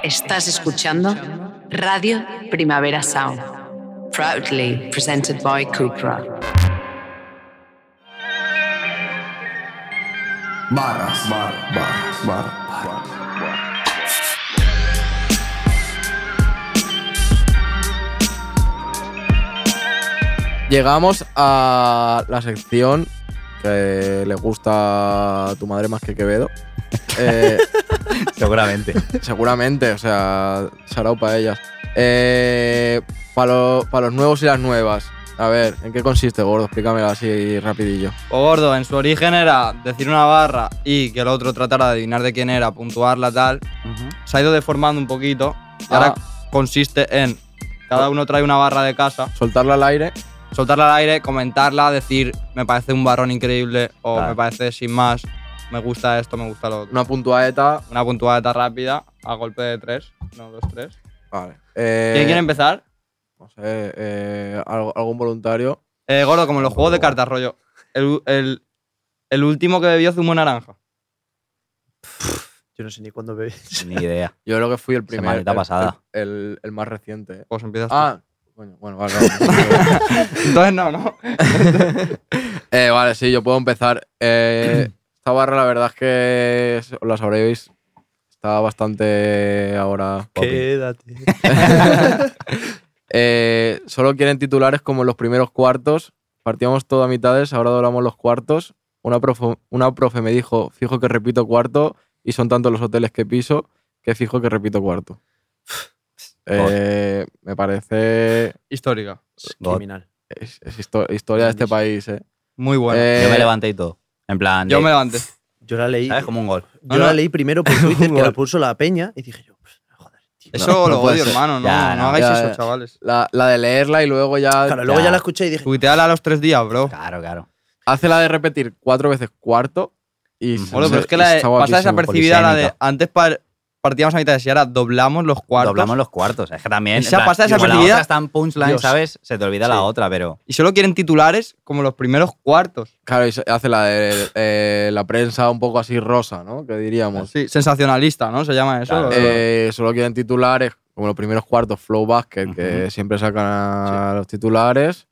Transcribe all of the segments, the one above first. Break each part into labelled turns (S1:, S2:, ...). S1: Estás escuchando Radio Primavera Sound, proudly presented by Cupra.
S2: Barras, bar, bar, bar, bar.
S3: Llegamos a la sección que le gusta a tu madre más que Quevedo. Eh,
S4: Seguramente.
S3: seguramente, o sea, sarao para ellas. Eh, para los nuevos y las nuevas. A ver, ¿en qué consiste, gordo? Explícamelo así rapidillo.
S5: O gordo, en su origen era decir una barra y que el otro tratara de adivinar de quién era, puntuarla, tal. Se ha ido deformando un poquito. Y ahora consiste en cada uno trae una barra de casa,
S3: Soltarlo al aire.
S5: soltarla al aire, comentarla, decir me parece un barrón increíble o
S4: Claro.
S5: me parece sin más, me gusta esto, me gusta lo otro.
S3: Una puntuadeta.
S5: Una puntuada rápida a golpe de tres. Uno, dos, tres.
S3: Vale. Eh,
S5: ¿Quién quiere empezar?
S3: No sé, eh, algo- algún voluntario.
S5: Eh, gordo, como en los juegos de cartas, rollo. El, el- el último que bebió zumo de naranja.
S6: Yo no sé ni cuándo bebí.
S4: Ni idea.
S3: Yo creo que fui el primero.
S4: Semanita
S3: el-
S4: pasada.
S3: El, el- el más reciente. eh.
S5: Pues empiezas tú.
S3: Ah, coño, bueno, vale. vale.
S5: Entonces no, ¿no?
S3: Eh, vale, sí, yo puedo empezar. Eh, esta barra, la verdad es que es- os la sabréis. Está bastante ahora.
S6: Quédate.
S3: Eh, solo quieren titulares como en los primeros cuartos. Partíamos todo a mitades, ahora doblamos los cuartos. Una profe, una profe me dijo, fijo que repito cuarto, y son tantos los hoteles que piso, que fijo que repito cuarto. Eh, me parece...
S5: Histórica.
S4: God.
S6: Criminal.
S3: Es, es histo- historia de este país, eh.
S5: Muy buena.
S3: Eh,
S4: Yo me levanté y todo. En plan,
S5: Yo
S4: de-
S5: me levanté.
S6: Yo la leí.
S4: ¿sabes? Como un gol.
S5: No,
S6: Yo la
S5: no.
S6: leí primero por Twitter, que la puso la peña, y dije yo, pues, joder, tío.
S5: Eso
S3: no
S5: lo
S3: puede
S5: odio,
S3: ser.
S5: hermano. No,
S4: Ya,
S5: no
S4: no,
S5: hagáis
S3: ya,
S5: eso,
S3: ya.
S5: chavales.
S3: La, la de leerla y luego ya...
S6: Claro, luego
S4: Ya.
S6: ya la escuché y dije,
S5: Tuiteala a los tres días, bro.
S4: Claro, claro.
S3: Hace la de repetir cuatro veces cuarto y...
S4: Mm.
S5: Boludo,
S3: se-
S5: pero es que la de-
S3: está
S5: pasa
S3: guapísimo.
S5: desapercibida la de
S4: polisémica.
S5: antes par- partíamos a mitad de y ahora doblamos los cuartos.
S4: Doblamos los cuartos. Es que también.
S5: Esa
S4: en plan,
S5: pasta
S4: como la
S5: desapercibida-
S4: otra está en punchline,
S3: Dios.
S4: ¿sabes? Se te olvida
S3: Sí.
S4: la otra, pero.
S5: Y solo quieren titulares como los primeros cuartos.
S3: Claro, y se- hace la de eh, la prensa un poco así rosa, ¿no? Que diríamos.
S5: Sí, sensacionalista, ¿no? Se llama eso.
S4: Claro.
S5: lo-
S3: Eh, solo quieren titulares, como los primeros cuartos, Flow Basket, que siempre sacan a los titulares.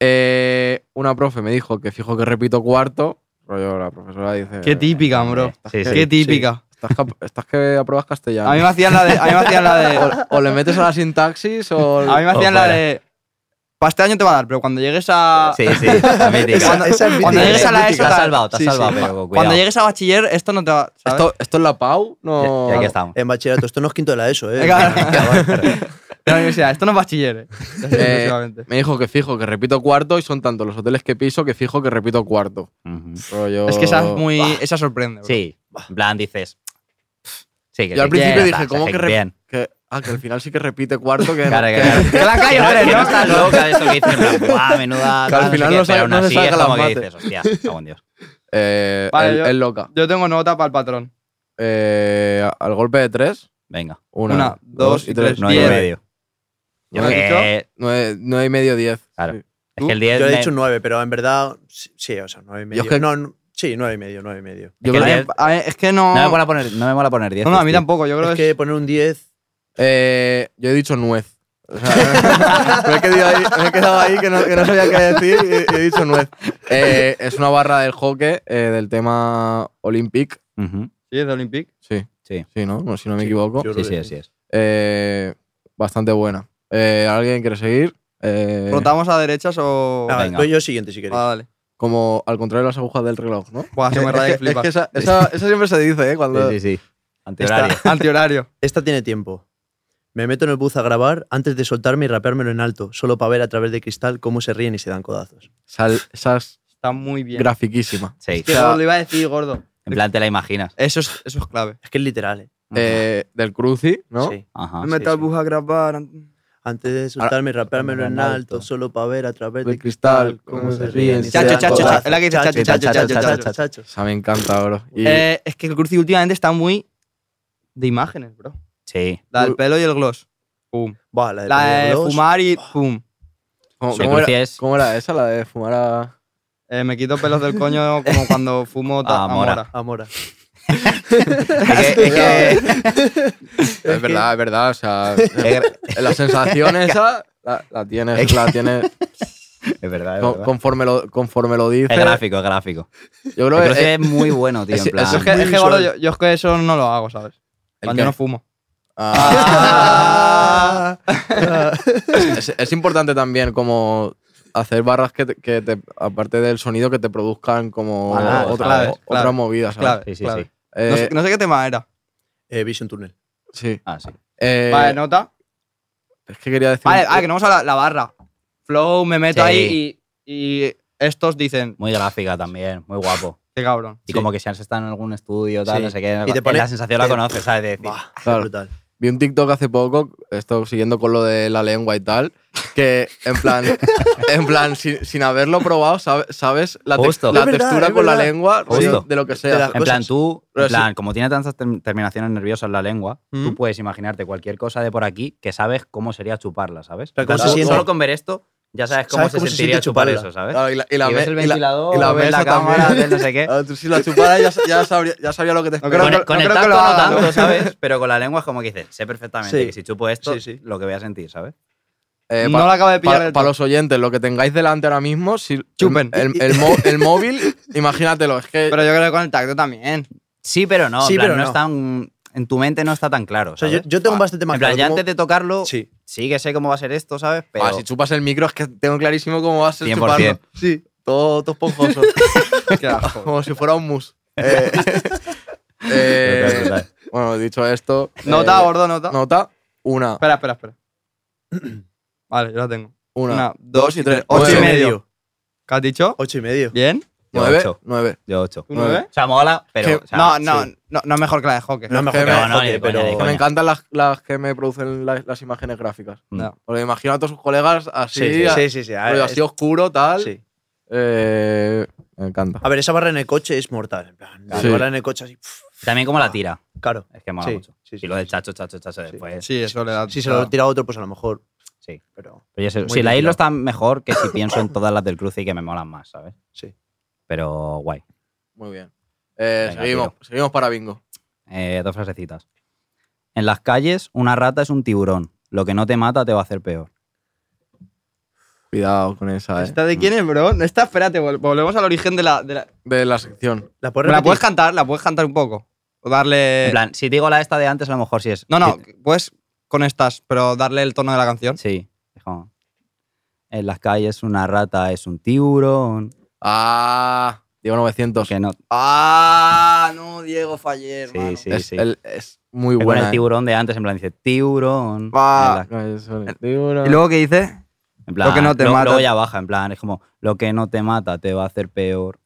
S3: Eh, una profe me dijo que fijo que repito cuarto. Rollo, la profesora dice.
S5: Qué típica, bro.
S4: Sí, sí.
S5: Qué típica.
S3: Estás, cap- estás que apruebas castellano.
S5: A mí me hacían la de. A mí me hacían la de.
S3: o, o le metes a la sintaxis o.
S5: A mí me hacían la de. Para este año te va a dar, pero cuando llegues a.
S4: Sí, sí. la mítica.
S5: Cuando,
S6: Esa es
S5: cuando
S6: mítica,
S5: llegues a la
S4: Te
S5: ESO.
S4: has
S5: tal.
S4: salvado, te has
S5: Sí, sí.
S4: salvado, pero con cuidado.
S5: Cuando llegues a bachiller, esto no te va. ¿sabes?
S3: ¿Esto, esto es la PAU? No.
S4: Ya- ya que estamos.
S6: en bachillerato, esto no es quinto de la ESO, ¿eh?
S5: Claro.
S6: Chaval.
S5: De la universidad, esto no es bachiller. eh. Exclusivamente.
S3: Me dijo que fijo que repito cuarto y son tantos los hoteles que piso que fijo que repito cuarto.
S4: Ujú.
S3: Rollo-
S5: Es que esa es muy. Esa sorprende. bro.
S4: Sí. En plan, dices. Sí, que
S3: Yo al
S4: sí,
S3: principio
S4: ya
S3: dije,
S4: está,
S3: ¿cómo
S4: sí,
S3: que rep-
S4: Bien.
S3: que- ah, que al final sí que repite cuarto. Que,
S4: Claro,
S3: que-
S4: que- claro.
S5: Que la calle,
S4: no,
S5: hombre,
S4: que no
S5: ¿no?
S4: estás loca de eso que dices, en plan, "Buah, menuda.
S3: Que
S4: tal,
S3: al
S4: sé
S3: final
S4: qué",
S3: no sabe-
S4: pero aún
S3: no se
S4: así
S3: saca
S4: es
S3: las
S4: como que
S3: mates.
S4: dices, hostia, cago en Dios.
S3: Eh,
S5: Vale,
S3: es-
S5: yo-
S3: es loca.
S5: Yo tengo nota para el patrón.
S3: Eh, al golpe de tres.
S4: Venga,
S3: Una,
S5: Una, dos y tres.
S4: Pues no hay
S5: Diez.
S4: medio. Yo
S3: Nueve,
S4: creo que-
S3: nueve- nueve y medio, diez.
S4: Claro.
S3: Sí.
S4: Es que el 10
S6: Yo le
S4: me-
S6: he dicho un 9, pero en verdad, sí, sí, o sea, 9 y medio.
S3: es que-
S6: No, no, sí, 9 y medio, 9 y medio.
S3: Yo
S4: que
S3: creo-
S4: la-
S5: Eh, a ver, Es que no.
S4: no me mola poner, no me mola poner 10.
S5: No, no, a mí
S4: tío.
S5: tampoco. Yo creo
S6: Es
S5: que.
S6: que poner un 10,
S3: eh, yo he dicho nuez. O sea, me, he quedado ahí, me he quedado ahí que no, que no sabía qué decir y, y he dicho nuez. Eh, es una barra del hockey eh, del tema Olympic.
S4: Ujú.
S5: Sí, es de Olympic.
S3: Sí,
S4: Sí.
S3: sí, ¿no? No, si no me
S6: Sí,
S3: equivoco.
S6: yo-
S4: Sí, sí, así es.
S3: Eh, bastante buena. Eh, ¿Alguien quiere seguir? Eh,
S5: ¿Rotamos a derechas o.?
S6: Ah,
S4: venga.
S6: doy yo siguiente si queréis.
S5: Ah, dale.
S3: como al contrario de las agujas del reloj, ¿no?
S5: Buah, se me raya y
S3: es, que, es
S5: flipas.
S3: que esa, esa- esa siempre se dice, ¿eh? Cuando,
S4: Sí, sí, sí. Antihorario.
S5: Antihorario.
S6: Esta tiene tiempo. Me meto en el bus a grabar antes de soltarme y rapeármelo en alto, solo para ver a través de cristal cómo se ríen y se dan codazos.
S3: Sal- esa es
S5: Está muy bien.
S3: grafiquísima.
S4: Sí.
S5: Que gordo, iba a decir, gordo.
S4: En plan, te la imaginas.
S5: Eso es, eso es clave.
S6: Es que es literal, ¿eh?
S3: Eh, del cruci, ¿no?
S6: Sí.
S4: Ajá.
S6: Me meto al
S5: bus a grabar.
S6: Antes de soltarme y rapeármelo en alto, solo para ver a través de cristal cómo se ríen. y se
S5: Chacho,
S6: dan
S5: chacho,
S6: codazos.
S5: chacho. Es la que dice chacho, chacho, chacho, chacho.
S6: chacho.
S3: Esa me encanta, bro. Y
S5: Eh, es que el Curti últimamente está muy de imágenes, bro.
S4: Sí.
S5: La del pelo y el gloss. Pum.
S6: Buah, la de,
S5: La de
S6: Pedro Bros.
S5: fumar y pum.
S3: ¿cómo,
S4: El
S3: cómo
S4: cruci
S3: era,
S4: es.
S3: cómo era esa? La de fumar a.
S5: Eh, me quito pelos del coño como cuando fumo ta-
S4: Ah,
S5: a
S4: mora.
S5: mora.
S6: Amora.
S4: Es que- es que-
S3: Es verdad, es verdad. O sea,
S4: eh,
S3: la sensación esa la, la tienes,
S4: Es que-
S3: la tienes
S4: es verdad, es
S3: con-
S4: verdad.
S3: conforme lo, conforme lo
S4: Es
S3: dices.
S4: gráfico, es gráfico.
S3: Yo creo
S4: Pero
S3: que
S4: es,
S3: eh,
S4: muy bueno, tío.
S3: es-
S4: en plan.
S3: eso
S5: Es que,
S6: Muy
S5: es que, bro,
S6: visual.
S5: yo, yo es que eso no lo hago, ¿sabes?
S3: Ah. ¿El
S5: Cuando
S3: qué?
S5: no fumo.
S6: Ah.
S3: es, es importante también como hacer barras que te, que te- aparte del sonido, que te produzcan como
S4: Ah,
S3: otra,
S5: claves,
S3: otra
S5: claves.
S3: movida, ¿sabes?
S5: Clave,
S4: Sí, sí,
S5: clave.
S4: sí.
S3: Eh,
S5: No, sé, no sé qué tema era.
S6: Eh, Vision Tunnel.
S3: sí.
S4: Ah, sí.
S3: Eh,
S5: vale, nota.
S3: Es que quería decir.
S5: Vale, ah, que no vamos a la, la barra. Flow, me meto
S4: Sí.
S5: ahí y, y estos dicen,
S4: Muy gráfica también, muy guapo.
S5: qué cabrón.
S4: Y como que si has estado en algún estudio, tal,
S6: Sí.
S4: no sé qué.
S6: Y te pone-
S4: la sensación la
S6: te-
S4: conoces, ¿sabes? De decir,
S6: Bah, qué
S3: Claro.
S6: brutal.
S3: Vi un TikTok hace poco, esto siguiendo con lo de la lengua y tal, que en plan, en plan sin, sin haberlo probado, sabe- sabes la, tex-
S4: Justo.
S3: la
S6: Es verdad,
S3: textura
S6: es
S3: con la
S6: verdad.
S3: lengua de-
S4: Justo.
S3: de lo que
S6: De
S3: sea.
S6: la-
S4: En plan,
S6: cosas.
S4: tú, en
S3: Pero sí.
S4: plan, como tiene tantas ter- terminaciones nerviosas en la lengua,
S5: Mm.
S4: tú puedes imaginarte cualquier cosa de por aquí que sabes cómo sería chuparla, ¿sabes?
S6: Pero ¿cómo
S4: Claro,
S6: se siente?
S4: solo con ver esto, ya sabes cómo,
S6: ¿Sabes
S4: se,
S6: cómo se
S4: sentiría
S6: siente
S4: chupar
S6: chuparla?
S4: eso, ¿sabes?
S3: Claro, y la- y la
S4: y ves
S3: me-
S4: el
S3: y la-
S4: ventilador,
S3: y la
S4: ves la
S3: mesa
S4: cámara,
S3: también.
S4: ves no sé qué.
S3: Ah, tú si la chupara ya, sa- ya, sabría- ya sabía lo que te
S5: No
S3: esperaba.
S5: creo
S4: con el,
S5: que-
S4: con
S5: no
S4: el
S5: creo que
S4: tacto
S5: lo
S4: no
S5: haga, ¿no?
S4: tanto, ¿sabes? Pero con la lengua es como que dices, sé perfectamente
S6: Sí.
S4: que si chupo esto,
S6: Sí, sí.
S4: lo que voy a sentir, ¿sabes?
S3: Eh,
S5: no
S3: pa-
S5: la acabo de pillar.
S3: para,
S5: del
S3: para
S5: todo.
S3: los oyentes, lo que tengáis delante ahora mismo, si el-
S5: Chupen.
S3: El, el mo- el móvil, imagínatelo, es que
S5: Pero yo creo que con el tacto también.
S4: Sí, pero no. en
S6: Sí,
S4: plan,
S6: pero
S4: no,
S6: no.
S4: es tan- En tu mente no está tan claro.
S6: O sea, yo,
S4: ¿sabes? Ah.
S6: yo tengo bastante más
S4: En plan,
S6: claro
S4: ya
S6: cómo-
S4: antes de tocarlo,
S6: Sí.
S4: sí. que sé cómo va a ser esto, ¿sabes? Pero
S3: Ah, si chupas el micro es que tengo clarísimo cómo va a ser
S4: 100%.
S3: chuparlo. Sí, todo, todo esponjoso.
S5: Qué asco.
S3: como si fuera un mus. Eh, eh,
S4: Total, total.
S3: bueno, dicho esto.
S5: Nota,
S3: eh,
S5: gordo, nota.
S3: Nota. Una,
S5: Espera, espera, espera. Vale, yo la tengo.
S3: una,
S5: una,
S3: dos y tres.
S5: ocho y
S3: Nueve,
S5: medio. ¿Qué has dicho?
S6: Ocho y medio.
S5: ¿Bien?
S4: Yo
S3: Nueve,
S4: ocho.
S3: nueve.
S4: yo 8.
S5: ¿Un
S3: Nueve.
S5: nueve?
S4: O sea, mola, pero.
S3: Que-
S4: o sea,
S5: no, no,
S4: sí.
S5: no, no es mejor que la de hockey.
S6: No, mejor
S3: que
S6: que
S3: me-
S6: la
S4: no,
S6: de
S4: ni
S6: hockey,
S4: de coña,
S6: pero
S4: ni de
S3: Que me
S4: coña.
S3: encantan las, las que me producen la- las imágenes gráficas.
S4: Mm.
S5: No.
S3: Porque imagino a todos sus colegas así,
S6: Sí, sí, sí, sí, sí. A,
S3: rollo así oscuro, tal.
S6: sí.
S3: Eh, me encanta.
S6: A ver, esa barra en el coche es mortal. En plan, la
S3: Sí.
S6: barra en el coche así. pff,
S4: También como la tira.
S6: Claro.
S4: Es que mola
S6: Sí,
S4: mucho.
S6: sí, sí,
S4: y lo del chacho, chacho, chacho después.
S5: Sí, eso le da.
S6: Si se lo tira otro, pues a lo mejor.
S4: Sí.
S6: Pero
S4: Pero yo sé-
S6: Muy
S4: sí, la isla
S6: bien tirado.
S4: está mejor que si pienso en todas las del cruce y que me molan más, ¿sabes?
S6: sí.
S4: Pero guay.
S3: Muy bien. Eh,
S4: Venga,
S3: seguimos, seguimos para bingo.
S4: Eh, dos frasecitas. En las calles, una rata es un tiburón. Lo que no te mata te va a hacer peor.
S3: Cuidado con esa, eh.
S5: ¿Esta de quién es, bro? Esta, espérate, vol- volvemos al origen de la. de la-
S3: De la sección.
S6: ¿La puedes
S5: ¿Me la
S6: repetir?
S5: puedes cantar? ¿La puedes cantar un poco? O darle.
S4: En plan, si te digo la esta de antes, a lo mejor sí es.
S5: Eh. no, no, puedes con estas, pero darle el tono de la canción.
S4: Sí. es como, En las calles, una rata es un tiburón.
S3: Ah, Diego 900.
S4: Que no.
S5: Ah, no, Diego, fallé,
S4: Sí, sí,
S3: es,
S4: sí.
S3: el- es muy
S4: Que con el
S3: buena. eh.
S4: tiburón de antes, en plan, dice tiburón.
S5: Va.
S4: En las
S3: Ah, es el tiburón.
S5: ¿Y luego qué dice?
S4: En plan,
S5: Lo que no te mata-
S4: Luego ya baja, en plan, es como, lo que no te mata te va a hacer peor.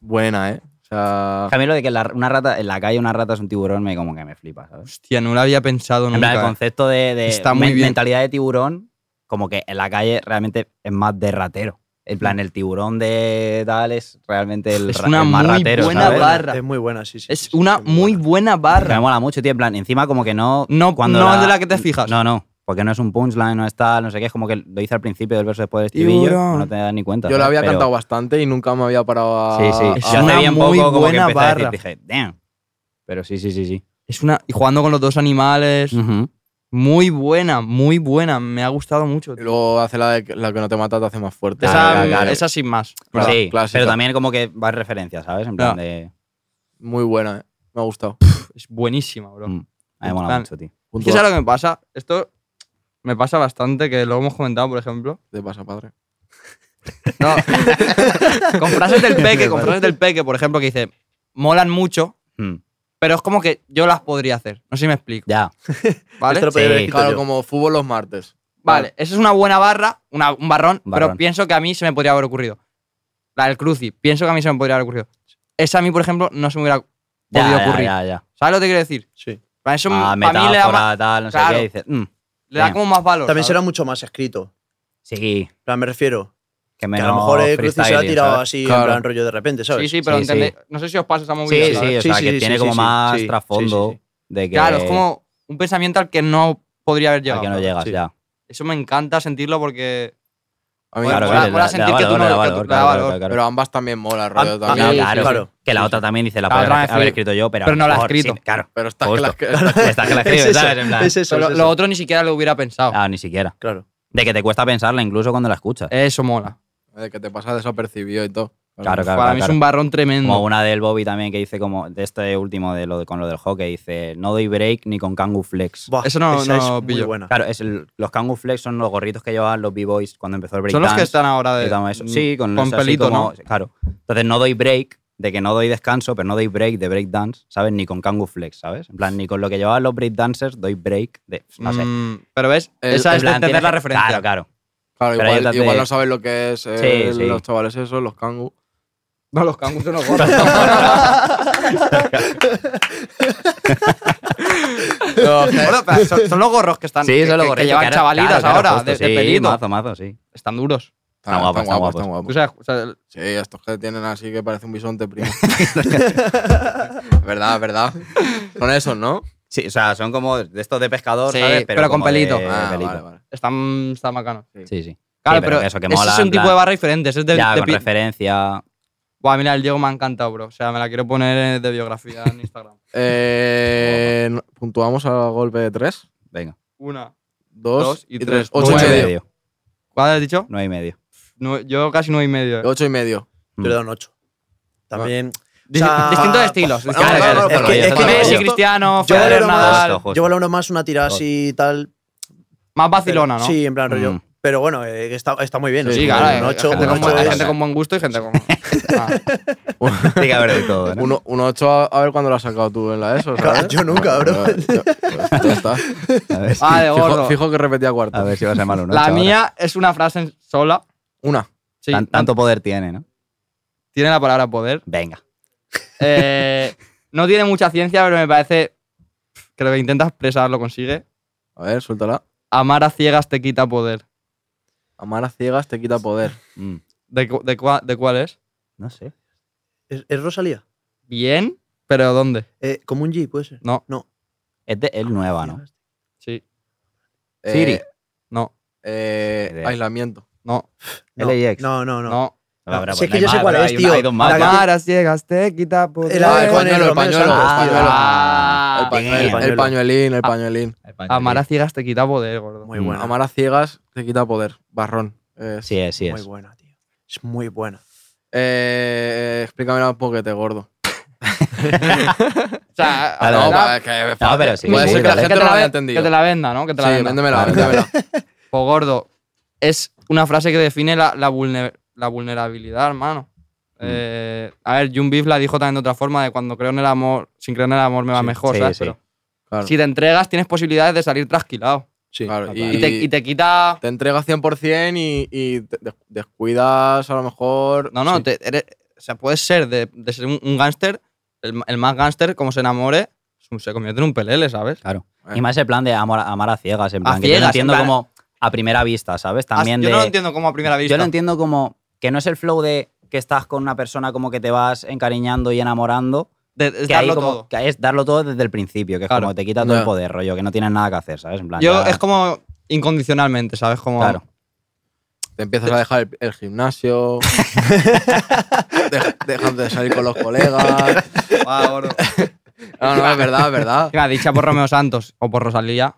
S3: buena, ¿eh? O sea,
S4: A mí lo de que la- una rata, en la calle una rata es un tiburón, me como que me flipa, ¿sabes?
S5: Hostia, no lo había pensado
S4: En plan, el
S5: nunca. eh.
S4: concepto de, de
S5: Está
S4: men-
S5: muy bien.
S4: mentalidad de tiburón, como que en la calle realmente es más de ratero. En plan, el tiburón de tal es realmente el,
S5: Es
S4: ra-
S5: una
S4: el más
S5: muy
S4: ratero,
S5: buena
S4: ¿sabes?
S5: barra.
S6: Es muy buena, sí, sí. sí,
S5: Es
S6: sí,
S5: una
S6: es
S5: muy buena
S4: Que
S6: buena.
S4: Me
S5: barra.
S4: mola mucho, tío. En plan, encima como que no...
S5: No-
S4: cuando
S5: no es de la que te fijas.
S4: No, no. Porque no es un punchline, no es tal, no sé qué. Es como que lo hice al principio del verso después del estribillo.
S5: Tiburón.
S4: No te das ni cuenta.
S3: yo la
S4: ¿sabes?
S3: había
S4: Pero-
S3: cantado bastante y nunca me había parado a.
S4: Sí, sí.
S5: Es
S4: Yo
S5: una
S4: hace bien
S5: muy
S4: poco como que
S5: buena
S4: empecé a decir,
S5: barra.
S4: dije, damn. Pero sí, sí, sí, sí.
S5: Es una. Y jugando con los dos animales.
S4: Mm.
S5: Muy buena, muy buena. Me ha gustado mucho.
S3: Y luego hace la de que- la que no te mata, te hace más fuerte.
S5: esa,
S4: claro, claro.
S5: esa sin más.
S3: Claro,
S4: sí,
S3: clásica.
S4: pero también como que va en referencia, ¿sabes? En plan
S5: Claro.
S4: de...
S3: Muy buena, ¿eh? Me ha gustado.
S5: Es buenísima, bro.
S4: Mm, a mí me mola
S5: Plan.
S4: mucho, tío.
S5: Es que ¿Sabes lo que me pasa? Esto me pasa bastante, que lo hemos comentado, por ejemplo.
S3: Te pasa, padre.
S5: No. con frases del peque, con frases del peque, por ejemplo, que dice, molan mucho,
S4: Mm,
S5: pero es como que yo las podría hacer. No sé si me explico.
S4: ya.
S5: ¿Vale?
S6: Esto lo
S4: Sí,
S6: podía haber escrito
S3: Claro,
S6: yo.
S3: como fútbol los martes.
S5: Vale, esa es una buena barra, una- un, barrón,
S4: Un
S5: pero
S4: barrón.
S5: pienso que a mí se me podría haber ocurrido. La del cruci, pienso que a mí se me podría haber ocurrido. Esa a mí, por ejemplo, no se me hubiera
S4: Ya,
S5: podido
S4: ya,
S5: ocurrir.
S4: ya, ya.
S5: ¿Sabes lo que quiero decir?
S6: Sí.
S5: Para eso
S4: Ah,
S5: a mí le da,
S4: metáfora,
S5: ma-
S4: tal, no
S5: Claro.
S4: sé qué. Dices, mm,
S5: le da
S4: Bien.
S5: como más valor.
S6: También será
S5: ¿sabes?
S6: mucho más escrito.
S4: sí,
S6: En plan, me refiero.
S4: que
S6: Que
S4: menos
S6: a lo mejor el Crucis se
S4: freestyling,
S6: ha tirado
S4: ¿sabes?
S6: así,
S3: Claro.
S6: en plan rollo de repente, ¿sabes?
S5: Sí, sí, pero
S4: Sí, sí.
S5: entendéis- no sé si os pasa esa movida.
S4: Sí, sí,
S5: ¿sabes?
S4: o
S6: Sí,
S4: sea,
S6: sí,
S4: que
S6: sí,
S4: tiene
S6: sí,
S4: como
S6: sí,
S4: más
S6: sí,
S4: trasfondo
S6: sí, sí,
S4: de que...
S5: Claro, es como un pensamiento al que no podría haber
S4: al
S5: llegado.
S4: que no llegas,
S6: sí.
S4: ya.
S5: Eso me encanta sentirlo porque
S3: A mí
S5: Bueno,
S3: me
S5: mola-
S4: que le-
S5: mola
S4: le da
S5: sentir que tú
S4: valor,
S5: no
S4: le da
S5: lo- que
S4: valor,
S5: tú- le da
S4: claro,
S5: valor.
S4: claro,
S3: Pero ambas también mola, rollo
S6: Ah,
S3: también.
S6: ah,
S4: claro.
S6: Sí,
S4: Claro,
S6: claro.
S4: Que la otra también dice, la
S5: La
S4: podría
S5: otra me
S4: haber
S5: fui-
S4: escrito yo, pero. a
S5: pero
S4: lo
S5: no la he
S4: mejor
S5: escrito.
S4: sí, Claro.
S3: Pero estás que
S4: Justo.
S3: las que- estás que-
S4: Está Pues que la escribe,
S6: Es eso,
S4: ¿sabes? En plan,
S6: es eso,
S5: Pero
S6: es
S5: lo
S6: eso.
S5: otro ni siquiera lo hubiera pensado.
S4: Ah, ni siquiera.
S6: Claro.
S4: De que te cuesta pensarla incluso cuando la escuchas.
S5: Eso mola.
S3: de que te pasa desapercibido y todo.
S4: Claro, claro.
S5: Para mí es un barrón tremendo.
S4: Como una del Bobby también que dice como de este último de lo de- con lo del hockey, dice no doy break ni con Kangu Flex.
S6: Buah,
S5: Eso no-
S6: esa
S5: no
S6: es muy
S5: pillo.
S6: buena.
S4: Claro, es el- los Kangu Flex son los gorritos que llevaban los B-Boys cuando empezó el break.
S5: Son los que están ahora de.
S4: Y
S5: mm,
S4: todo eso. Sí, con,
S5: con
S4: eso así
S5: pelito,
S4: como-
S5: ¿no?
S4: Claro. Entonces no doy break, de que no doy descanso, pero no doy break de break dance, ¿sabes? Ni con Kangu Flex, ¿sabes? En plan, ni con lo que llevaban los break dancers doy break de. No sé.
S5: Mm, pero ves,
S3: El-
S5: esa
S4: En
S5: es de
S4: plan,
S5: entender
S4: tienes
S5: la
S4: que-
S5: referencia.
S4: Claro, claro.
S3: Claro,
S4: Pero
S3: igual,
S4: ayúdate.
S3: igual no sabes lo que es eh,
S4: Sí, sí.
S3: los chavales esos, los kangu.
S5: No, los cangus son los gorros. Bueno, pero son, son los gorros que están.
S4: Sí,
S5: que,
S4: son los
S5: que-
S4: gorritos
S5: que llevan
S4: eran-
S5: chavalitas
S4: claro, claro,
S5: ahora,
S4: justo,
S5: de, de
S4: sí,
S5: pelito.
S4: Mazo, mazo, sí.
S5: Están duros.
S4: Están guapos, están guapos.
S3: están
S5: O sea, o sea,
S3: Sí, estos que tienen así que parece un bisonte, primo. verdad, verdad. Son esos, ¿no?
S4: Sí, o sea, son como de estos de pescador,
S5: Sí,
S4: ¿sabes?
S5: pero con
S4: como de
S5: pelito.
S3: Ah,
S4: pelito.
S3: vale, vale.
S5: están, están bacanos.
S4: Sí, sí.
S5: Claro,
S4: Sí,
S5: pero,
S4: eso que
S5: ese
S4: mola,
S5: es un
S4: en
S5: tipo
S4: plan,
S5: de barra diferente. Ese es de.
S4: ya,
S5: de
S4: con
S5: pi-
S4: referencia.
S5: Buah, mira, el Diego me ha encantado, bro. O sea, me la quiero poner eh, de biografía en Instagram.
S3: Eh, puntuamos a golpe de 3,
S4: Venga.
S5: Una.
S3: 2
S5: Dos
S3: y
S5: y
S3: 3.
S5: tres.
S3: 8
S5: Nueve.
S3: y
S4: Nueve
S3: medio.
S5: ¿Cuál has dicho?
S4: Nueve y medio.
S5: Nue- yo casi no y medio. eh.
S3: 8 y medio.
S6: Yo le doy un 8. También.
S5: Dis-
S4: ah,
S5: distintos estilos.
S6: Bueno,
S3: Ah,
S5: distintos
S4: claro,
S5: estilos.
S4: claro,
S6: es que-
S4: claro,
S6: es que
S4: claro.
S5: Messi,
S4: Yo-
S5: Cristiano,
S6: yo
S5: Federer,
S6: valoro más-
S5: Nadal.
S4: Justo.
S6: Yo valoro más una tirada así y tal.
S5: Más vacilona, ¿no?
S6: Sí, en plan rollo.
S4: Mm.
S6: Pero bueno, eh, que está, está muy bien.
S3: Sí,
S6: o sea,
S5: Sí,
S3: Sí,
S5: claro.
S3: un
S5: hay
S6: un 8,
S5: gente,
S4: un
S5: con,
S4: ocho
S5: hay
S4: es-
S5: gente con buen gusto y gente con. Ah,
S4: Tiene que haber de todo, ¿no?
S3: Uno, un 8 a, a ver cuándo lo has sacado tú en la ESO. ¿sabes?
S6: Yo nunca, bro.
S3: Bueno, ya- pues ya está.
S4: A ver, si-
S5: ah, de
S3: Fijo,
S5: gordo.
S3: fijo que repetía cuarto.
S4: a ver si va a ser malo.
S5: La mía es una frase en- sola.
S3: Una.
S5: Sí,
S4: tanto poder tiene, ¿no?
S5: Tiene la palabra poder.
S4: Venga.
S5: Eh, no tiene mucha ciencia, pero me parece que lo que intenta expresar lo consigue.
S3: A ver, suéltala.
S5: Amar a ciegas te quita poder.
S3: Amar a ciegas te quita poder.
S4: Mm,
S5: ¿De, cu- de cua- de cuál es?
S4: no sé.
S6: ¿Es, es Rosalía?
S5: Bien, pero ¿dónde?
S6: Eh, como un G, puede ser.
S5: No,
S4: Es de él nueva, Ah, ¿no?
S5: sí,
S3: Eh,
S4: Siri.
S5: no,
S3: eh, aislamiento.
S5: no,
S6: No,
S4: LAX.
S6: no, no. no.
S5: no.
S4: No,
S6: No,
S4: pero
S6: si es
S4: pues
S6: que
S4: hay
S6: yo sé
S4: más,
S6: cuál
S4: pero
S6: es,
S4: hay un-
S6: tío.
S4: hay dos más.
S6: La que-
S5: Amar a ciegas te quita poder.
S6: Era
S3: Ah, el
S6: con el
S3: pañuelo, el
S6: Romeo
S3: pañuelo,
S6: Santos,
S3: el
S6: tío.
S3: pañuelo.
S5: Ah,
S3: El, pañuel-
S4: bien.
S3: el
S6: Pañuelo.
S3: pañuelín, el pañuelín.
S5: Amar a ciegas te quita poder, gordo.
S6: Muy
S4: Mm.
S6: buena.
S3: Amar a ciegas te quita poder. Barrón. Eh,
S4: Sí es, sí
S6: Muy
S4: es.
S6: buena, tío. Es muy buena.
S3: eh, explícame un poquete, gordo.
S5: O sea, ah,
S4: Dale,
S5: no,
S3: no,
S5: va-
S3: pa- es que eh, es
S4: No,
S3: fácil.
S4: pero Ah, sí.
S3: Puede
S4: sí,
S3: ser que la
S4: dale.
S3: gente
S5: que te
S3: no lo
S5: la
S3: haya
S5: ve-
S3: entendido.
S5: Que te la venda, ¿no? Que te la
S3: Sí,
S5: venda.
S3: véndemela,
S4: Vale.
S3: véndemela.
S5: Po gordo, es una frase que define la, la vulne- la vulnerabilidad, hermano.
S4: Mm.
S5: Eh, a ver, Jun Beef la dijo también de otra forma, de cuando creo en el amor, sin creer en el amor me va
S4: Sí,
S5: mejor,
S4: sí,
S5: ¿sabes?
S4: sí.
S5: Pero
S3: Claro,
S5: si te entregas tienes posibilidades de salir trasquilado.
S6: Sí.
S3: claro.
S4: Y
S3: Y,
S5: Y te, y te quita...
S3: te entregas 100% y, y te des- descuidas a lo mejor.
S5: No, no,
S3: Sí.
S5: te- eres- o sea, puedes ser de, de ser un, un gángster, el, el más gángster, como se enamore, se convierte en un pelele, ¿sabes?
S4: Claro.
S3: Eh.
S4: Y más el plan de amar, amar a ciegas. En plan, que yo lo
S5: ciegas,
S4: entiendo
S5: en plan-
S4: como a primera vista, ¿sabes? También
S5: As- yo
S4: de,
S5: no lo entiendo como a primera vista.
S4: Yo lo entiendo como que no es el flow de que estás con una persona como que te vas encariñando y enamorando.
S5: De- de
S4: que ahí
S5: darlo
S4: como-
S5: todo.
S4: que ahí es darlo todo desde el principio, que es
S5: Claro.
S4: como te quita todo
S3: Ya.
S4: el poder, rollo, que no tienes nada que hacer, ¿sabes? En plan,
S5: Yo
S4: ya-
S5: es como incondicionalmente, ¿sabes? Como,
S4: Claro.
S3: Te empiezas a dejar el, el gimnasio. dej- dejas de salir con los colegas.
S5: "Buah, gordo".
S3: No, no, es verdad, es verdad.
S5: Venga, dicha por Romeo Santos o por Rosalía.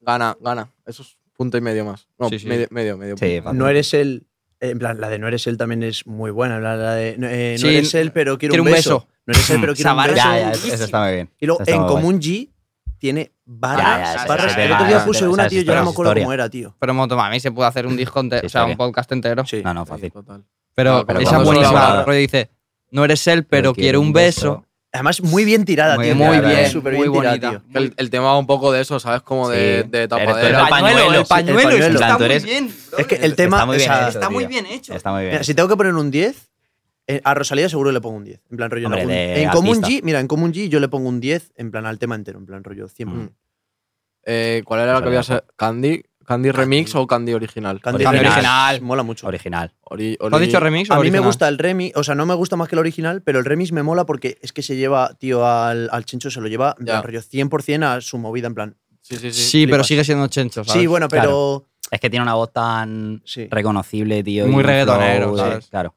S3: Gana, gana. Eso es punto y medio más. No,
S5: Sí, sí.
S3: medio, medio. medio
S4: Sí,
S3: punto.
S4: fácil.
S6: No eres él. eh, En plan, la de no eres él también es muy buena. La, la de no, eh, no
S5: Sí,
S6: eres él, pero quiero,
S5: quiero
S6: un
S5: un
S6: beso.
S5: beso.
S6: No eres él, pero quiero un
S5: Esa
S6: beso.
S5: barra
S4: Mm. Ya, ya, eso eso está muy bien.
S6: Y luego,
S4: Eso está
S6: en
S4: muy guay.
S6: común G tiene
S4: Ya,
S6: barras.
S4: ya, ya,
S6: barras.
S4: ya, ya,
S6: el otro día
S4: ya,
S6: puse
S4: ya,
S6: una,
S4: ya,
S6: tío.
S4: ya,
S6: Yo no
S4: ya,
S6: me acuerdo
S4: historia.
S6: cómo era, tío.
S5: Pero Motomami se puede hacer un disco entero, o sea, un
S4: Historia.
S5: podcast entero.
S6: Sí.
S4: No, no, fácil.
S3: Total.
S5: Pero,
S3: No, pero cuando
S5: esa es
S3: son
S5: buenísima.
S4: colaboradas.
S5: Rollo dice, no eres él, pero quiero un beso.
S6: Además, muy bien tirada,
S4: Muy
S6: tío.
S4: bien tirada, eh.
S6: Súper
S5: Muy
S6: bien tirada,
S5: bonita.
S6: tío.
S3: Que El, el tema va un poco de eso, ¿sabes? Como de,
S4: Sí.
S3: de
S4: Eres tú el
S3: tapadera.
S4: El pañuelo, pañuelo, el
S6: pañuelo, el pañuelo.
S4: está muy
S5: bien.
S6: Es que el tema.
S4: Está muy
S6: o
S4: bien
S6: sea,
S4: hecho, tío.
S5: hecho.
S4: Está muy bien.
S6: Mira, si tengo que poner un 10, eh, a Rosalía seguro le pongo un 10. En plan rollo. en
S4: Hombre,
S6: algún-
S4: de
S6: en Común
S4: artista.
S6: G, mira, en Común G yo le pongo un 10 en plan al tema entero, en plan rollo 100.
S3: Mm. Eh, ¿Cuál era la que había? ser? ¿Candy? ¿Candy Remix o Candy Original?
S6: Candy
S4: Original.
S6: Remix Mola mucho.
S4: Original.
S3: Ori-
S5: ¿Lo has
S3: ori-
S5: dicho remix o
S6: A mí me
S5: original?
S6: gusta el remix, o sea, no me gusta más que el original, pero el remix me mola porque es que se lleva, tío, al, al chincho se lo lleva en
S3: Ya.
S6: plan rollo 100% a su movida, en plan.
S3: Sí, sí, sí.
S5: Sí, pero
S6: Flipas.
S5: sigue siendo chencho, ¿sabes?
S6: Sí, bueno, pero
S4: Es que tiene una voz tan
S6: Sí.
S4: reconocible, tío. y
S5: Muy
S4: un
S5: reggaetonero,
S4: flow de-
S5: ¿sabes?
S4: Claro.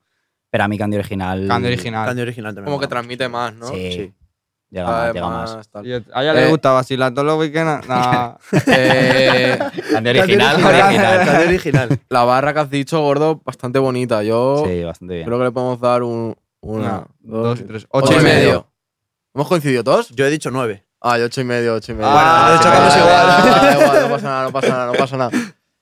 S4: Pero a mí Candy Original.
S5: Candy original.
S6: Candy original también.
S3: Como que
S6: ¿no?
S3: transmite más, ¿no?
S4: Sí.
S6: Sí.
S4: Llega
S3: Cada
S4: más,
S3: vez
S4: llega más.
S3: tal.
S5: Y a ella le
S3: Eh.
S5: gusta vacilar todos los weekends. Nah.
S3: Eh,
S4: Candy
S6: Candy
S4: Original,
S6: original.
S4: original.
S6: Candy original.
S3: la barra que has dicho, gordo, bastante bonita. Yo
S4: Sí, bastante bien.
S3: creo que le podemos dar un, una,
S5: Una, dos y tres.
S3: Ocho,
S5: Ocho
S3: y
S5: y
S3: medio.
S5: medio.
S3: ¿Hemos coincidido todos?
S6: Yo he dicho nueve.
S3: Ah, yo ocho y medio, ocho y medio.
S5: Ah,
S3: Ah,
S5: bueno,
S3: sí,
S5: chocamos
S3: vale,
S5: igual.
S3: vale, vale, da igual, no pasa nada, no pasa nada, no pasa nada.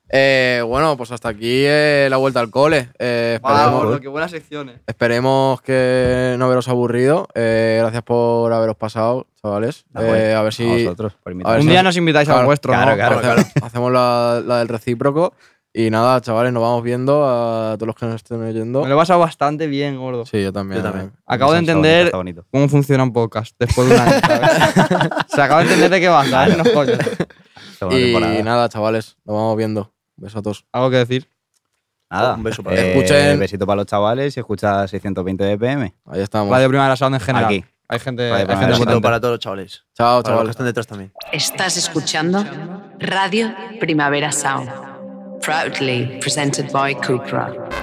S3: Eh, bueno, pues hasta aquí eh, la vuelta al cole. Eh,
S5: Guau,
S3: esperemos,
S5: gordo, qué buenas secciones.
S3: esperemos que no haberos aburrido. Eh, gracias por haberos pasado, chavales.
S4: Ah, bueno,
S3: Eh, a ver
S4: A
S3: si
S4: vosotros, por
S3: ver
S4: invitarme.
S5: Un
S3: si
S5: día
S3: nos-
S5: nos invitáis
S3: claro,
S5: al vuestro,
S4: claro,
S5: ¿no?
S4: claro.
S3: hacemos, hacemos la, la del recíproco. Y nada, chavales, nos vamos viendo a todos los que nos estén oyendo.
S5: Me lo he pasado bastante bien, gordo.
S3: Sí, yo también.
S6: Yo también.
S5: Acabo de
S4: Está
S5: entender
S4: bonito, está bonito.
S5: cómo funciona un podcast después de un año. ¿sabes? Se acaba de entender de qué va, ¿sabes? No jodas.
S4: Segunda
S3: Y
S4: temporada.
S3: nada, chavales, nos vamos viendo. Besos a todos.
S5: Algo que decir.
S4: Nada.
S6: Un beso para
S4: Eh,
S3: Escuchen-
S4: Besito para los chavales y escucha 620 BPM.
S3: Ahí estamos.
S5: Radio Primavera Sound en general.
S4: Aquí.
S5: Hay gente,
S4: Radio
S5: hay gente
S4: Primavera
S6: Un
S5: potente.
S6: saludo pues para todos los chavales.
S3: Chao,
S6: Para los que
S3: chavales.
S6: están detrás también.
S1: Estás escuchando Radio Primavera Sound. Proudly presented by Cupra.